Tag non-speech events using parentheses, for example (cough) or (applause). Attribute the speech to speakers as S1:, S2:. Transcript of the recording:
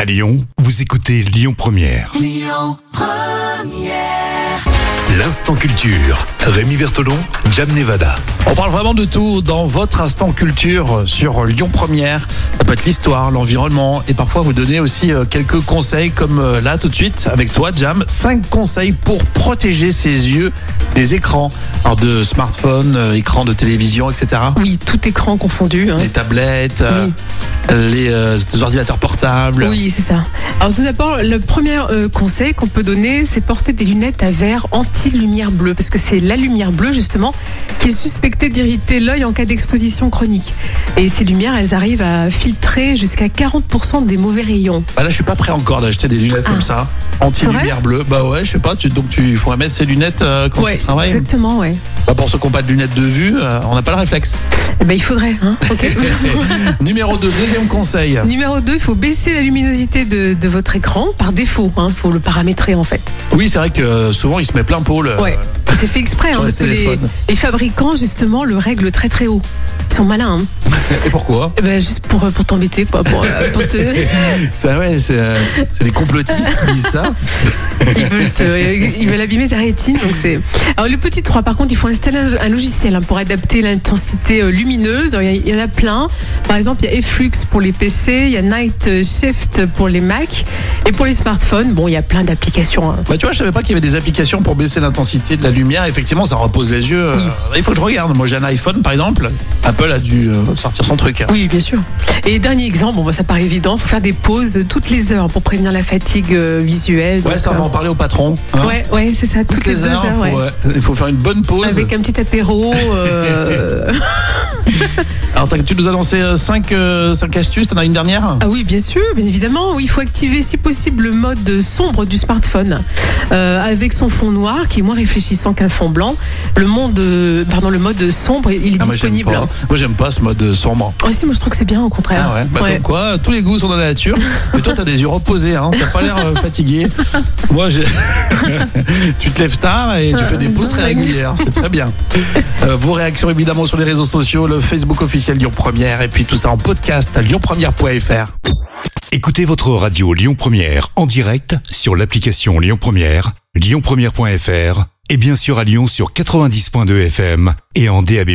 S1: À Lyon, vous écoutez Lyon Première. Lyon Première. L'instant culture. Rémi Bertolon, Jam Nevada.
S2: On parle vraiment de tout dans votre instant culture sur Lyon Première. Ça peut être l'histoire, l'environnement et parfois vous donner aussi euh, quelques conseils comme euh, là tout de suite avec toi Jam. Cinq conseils pour protéger ses yeux des écrans, alors de smartphones, euh, écrans de télévision, etc.
S3: Oui, tout écran confondu. hein.
S2: Les tablettes, euh,
S3: Oui.
S2: les, euh, les ordinateurs portables.
S3: Oui, c'est ça. Alors tout d'abord, le premier euh, conseil qu'on peut donner, c'est porter des lunettes à verre anti-lumière bleue, parce que c'est la lumière bleue justement qui est suspectée d'irriter l'œil en cas d'exposition chronique. Et ces lumières, elles arrivent à filtrer jusqu'à 40% des mauvais rayons.
S2: Bah là, je suis pas prêt encore d'acheter des lunettes comme
S3: Ah.
S2: ça, anti-lumière bleue. Bah ouais, je sais pas. Tu, donc tu faut mettre ces lunettes euh, quand tu travailles.
S3: exactement, ouais.
S2: Bah, pour ceux qui n'ont pas de lunettes de vue, euh, on n'a pas le
S3: (laughs)
S2: réflexe.
S3: Eh ben, il faudrait.
S2: (laughs)
S3: Hein Ok.
S2: Numéro 2, deuxième conseil.
S3: Numéro 2, il faut baisser la luminosité de, de votre écran par défaut, hein, faut le paramétrer en fait.
S2: Oui, c'est vrai que euh, souvent il se met plein pot. le-
S3: Ouais, c'est fait exprès, hein,
S2: sur les
S3: parce que les,
S2: téléphones.
S3: les fabricants, justement, le règlent très très haut. Ils sont malins, hein.
S2: (laughs) Et pourquoi
S3: (laughs) Eh ben, juste pour, euh, pour t'embêter, quoi. Pour, euh, pour
S2: (laughs)
S3: te,
S2: Ça, ouais, c'est euh, c'est les complotistes qui disent ça.
S3: ils, veulent te- euh, ils veulent abîmer ta rétine. Donc c'est... Alors, le petit 3, par contre, il faut installer un, un logiciel hein, pour adapter l'intensité euh, lumineuse. Alors, Il y, a- il y en a plein. Par exemple, il y a Efflux pour les PC, il y a Night Shift pour les Mac. Et pour les smartphones, bon, il y a plein d'applications. hein.
S2: Bah, tu vois, je savais pas qu'il y avait des applications pour baisser l'intensité de la lumière. Effectivement, ça repose les yeux. euh, Il faut que je regarde. Moi, j'ai un iPhone, par exemple. Apple a dû euh, sortir son truc.
S3: Oui, bien sûr. Et dernier exemple, bon, bah, ça paraît évident, faut faire des pauses euh, toutes les heures pour prévenir la fatigue euh, visuelle.
S2: Ouais,
S3: Donc,
S2: ça, on va en parler au patron. hein.
S3: euh, Ouais, ouais, c'est ça, toutes, les, deux heures, ouais. Ah,
S2: faut, euh, il faut faire une bonne pause.
S3: Avec un petit apéro.
S2: (laughs)
S3: euh,
S2: Alors, t'as- tu nous as lancé euh, 5 astuces. T'en as une dernière
S3: Ah oui, bien sûr, bien évidemment. Oui, il faut activer si possible le mode sombre du smartphone euh, avec son fond noir qui est moins réfléchissant qu'un fond blanc. Le monde, euh, pardon, le mode sombre, il est
S2: Ah, moi, j'aime
S3: disponible.
S2: pas. Moi, j'aime pas ce mode sombre.
S3: Ah si, moi je trouve que c'est bien au contraire.
S2: Ah ouais, bah
S3: Ouais.
S2: comme quoi, tous les goûts sont dans la nature. Mais toi, t'as des yeux reposés, hein. T'as pas l'air euh, fatigué. Moi, j'ai. (laughs) tu te lèves tard et tu fais des pauses très régulières. C'est très bien. Euh, vos réactions, évidemment, sur les réseaux sociaux, le Facebook officiel Lyon Première, et puis tout ça en podcast à lyonpremière.fr.
S1: Écoutez votre radio Lyon Première en direct sur l'application Lyon Première, lyonpremière.fr et bien sûr à Lyon sur 90.2 FM et en DAB+.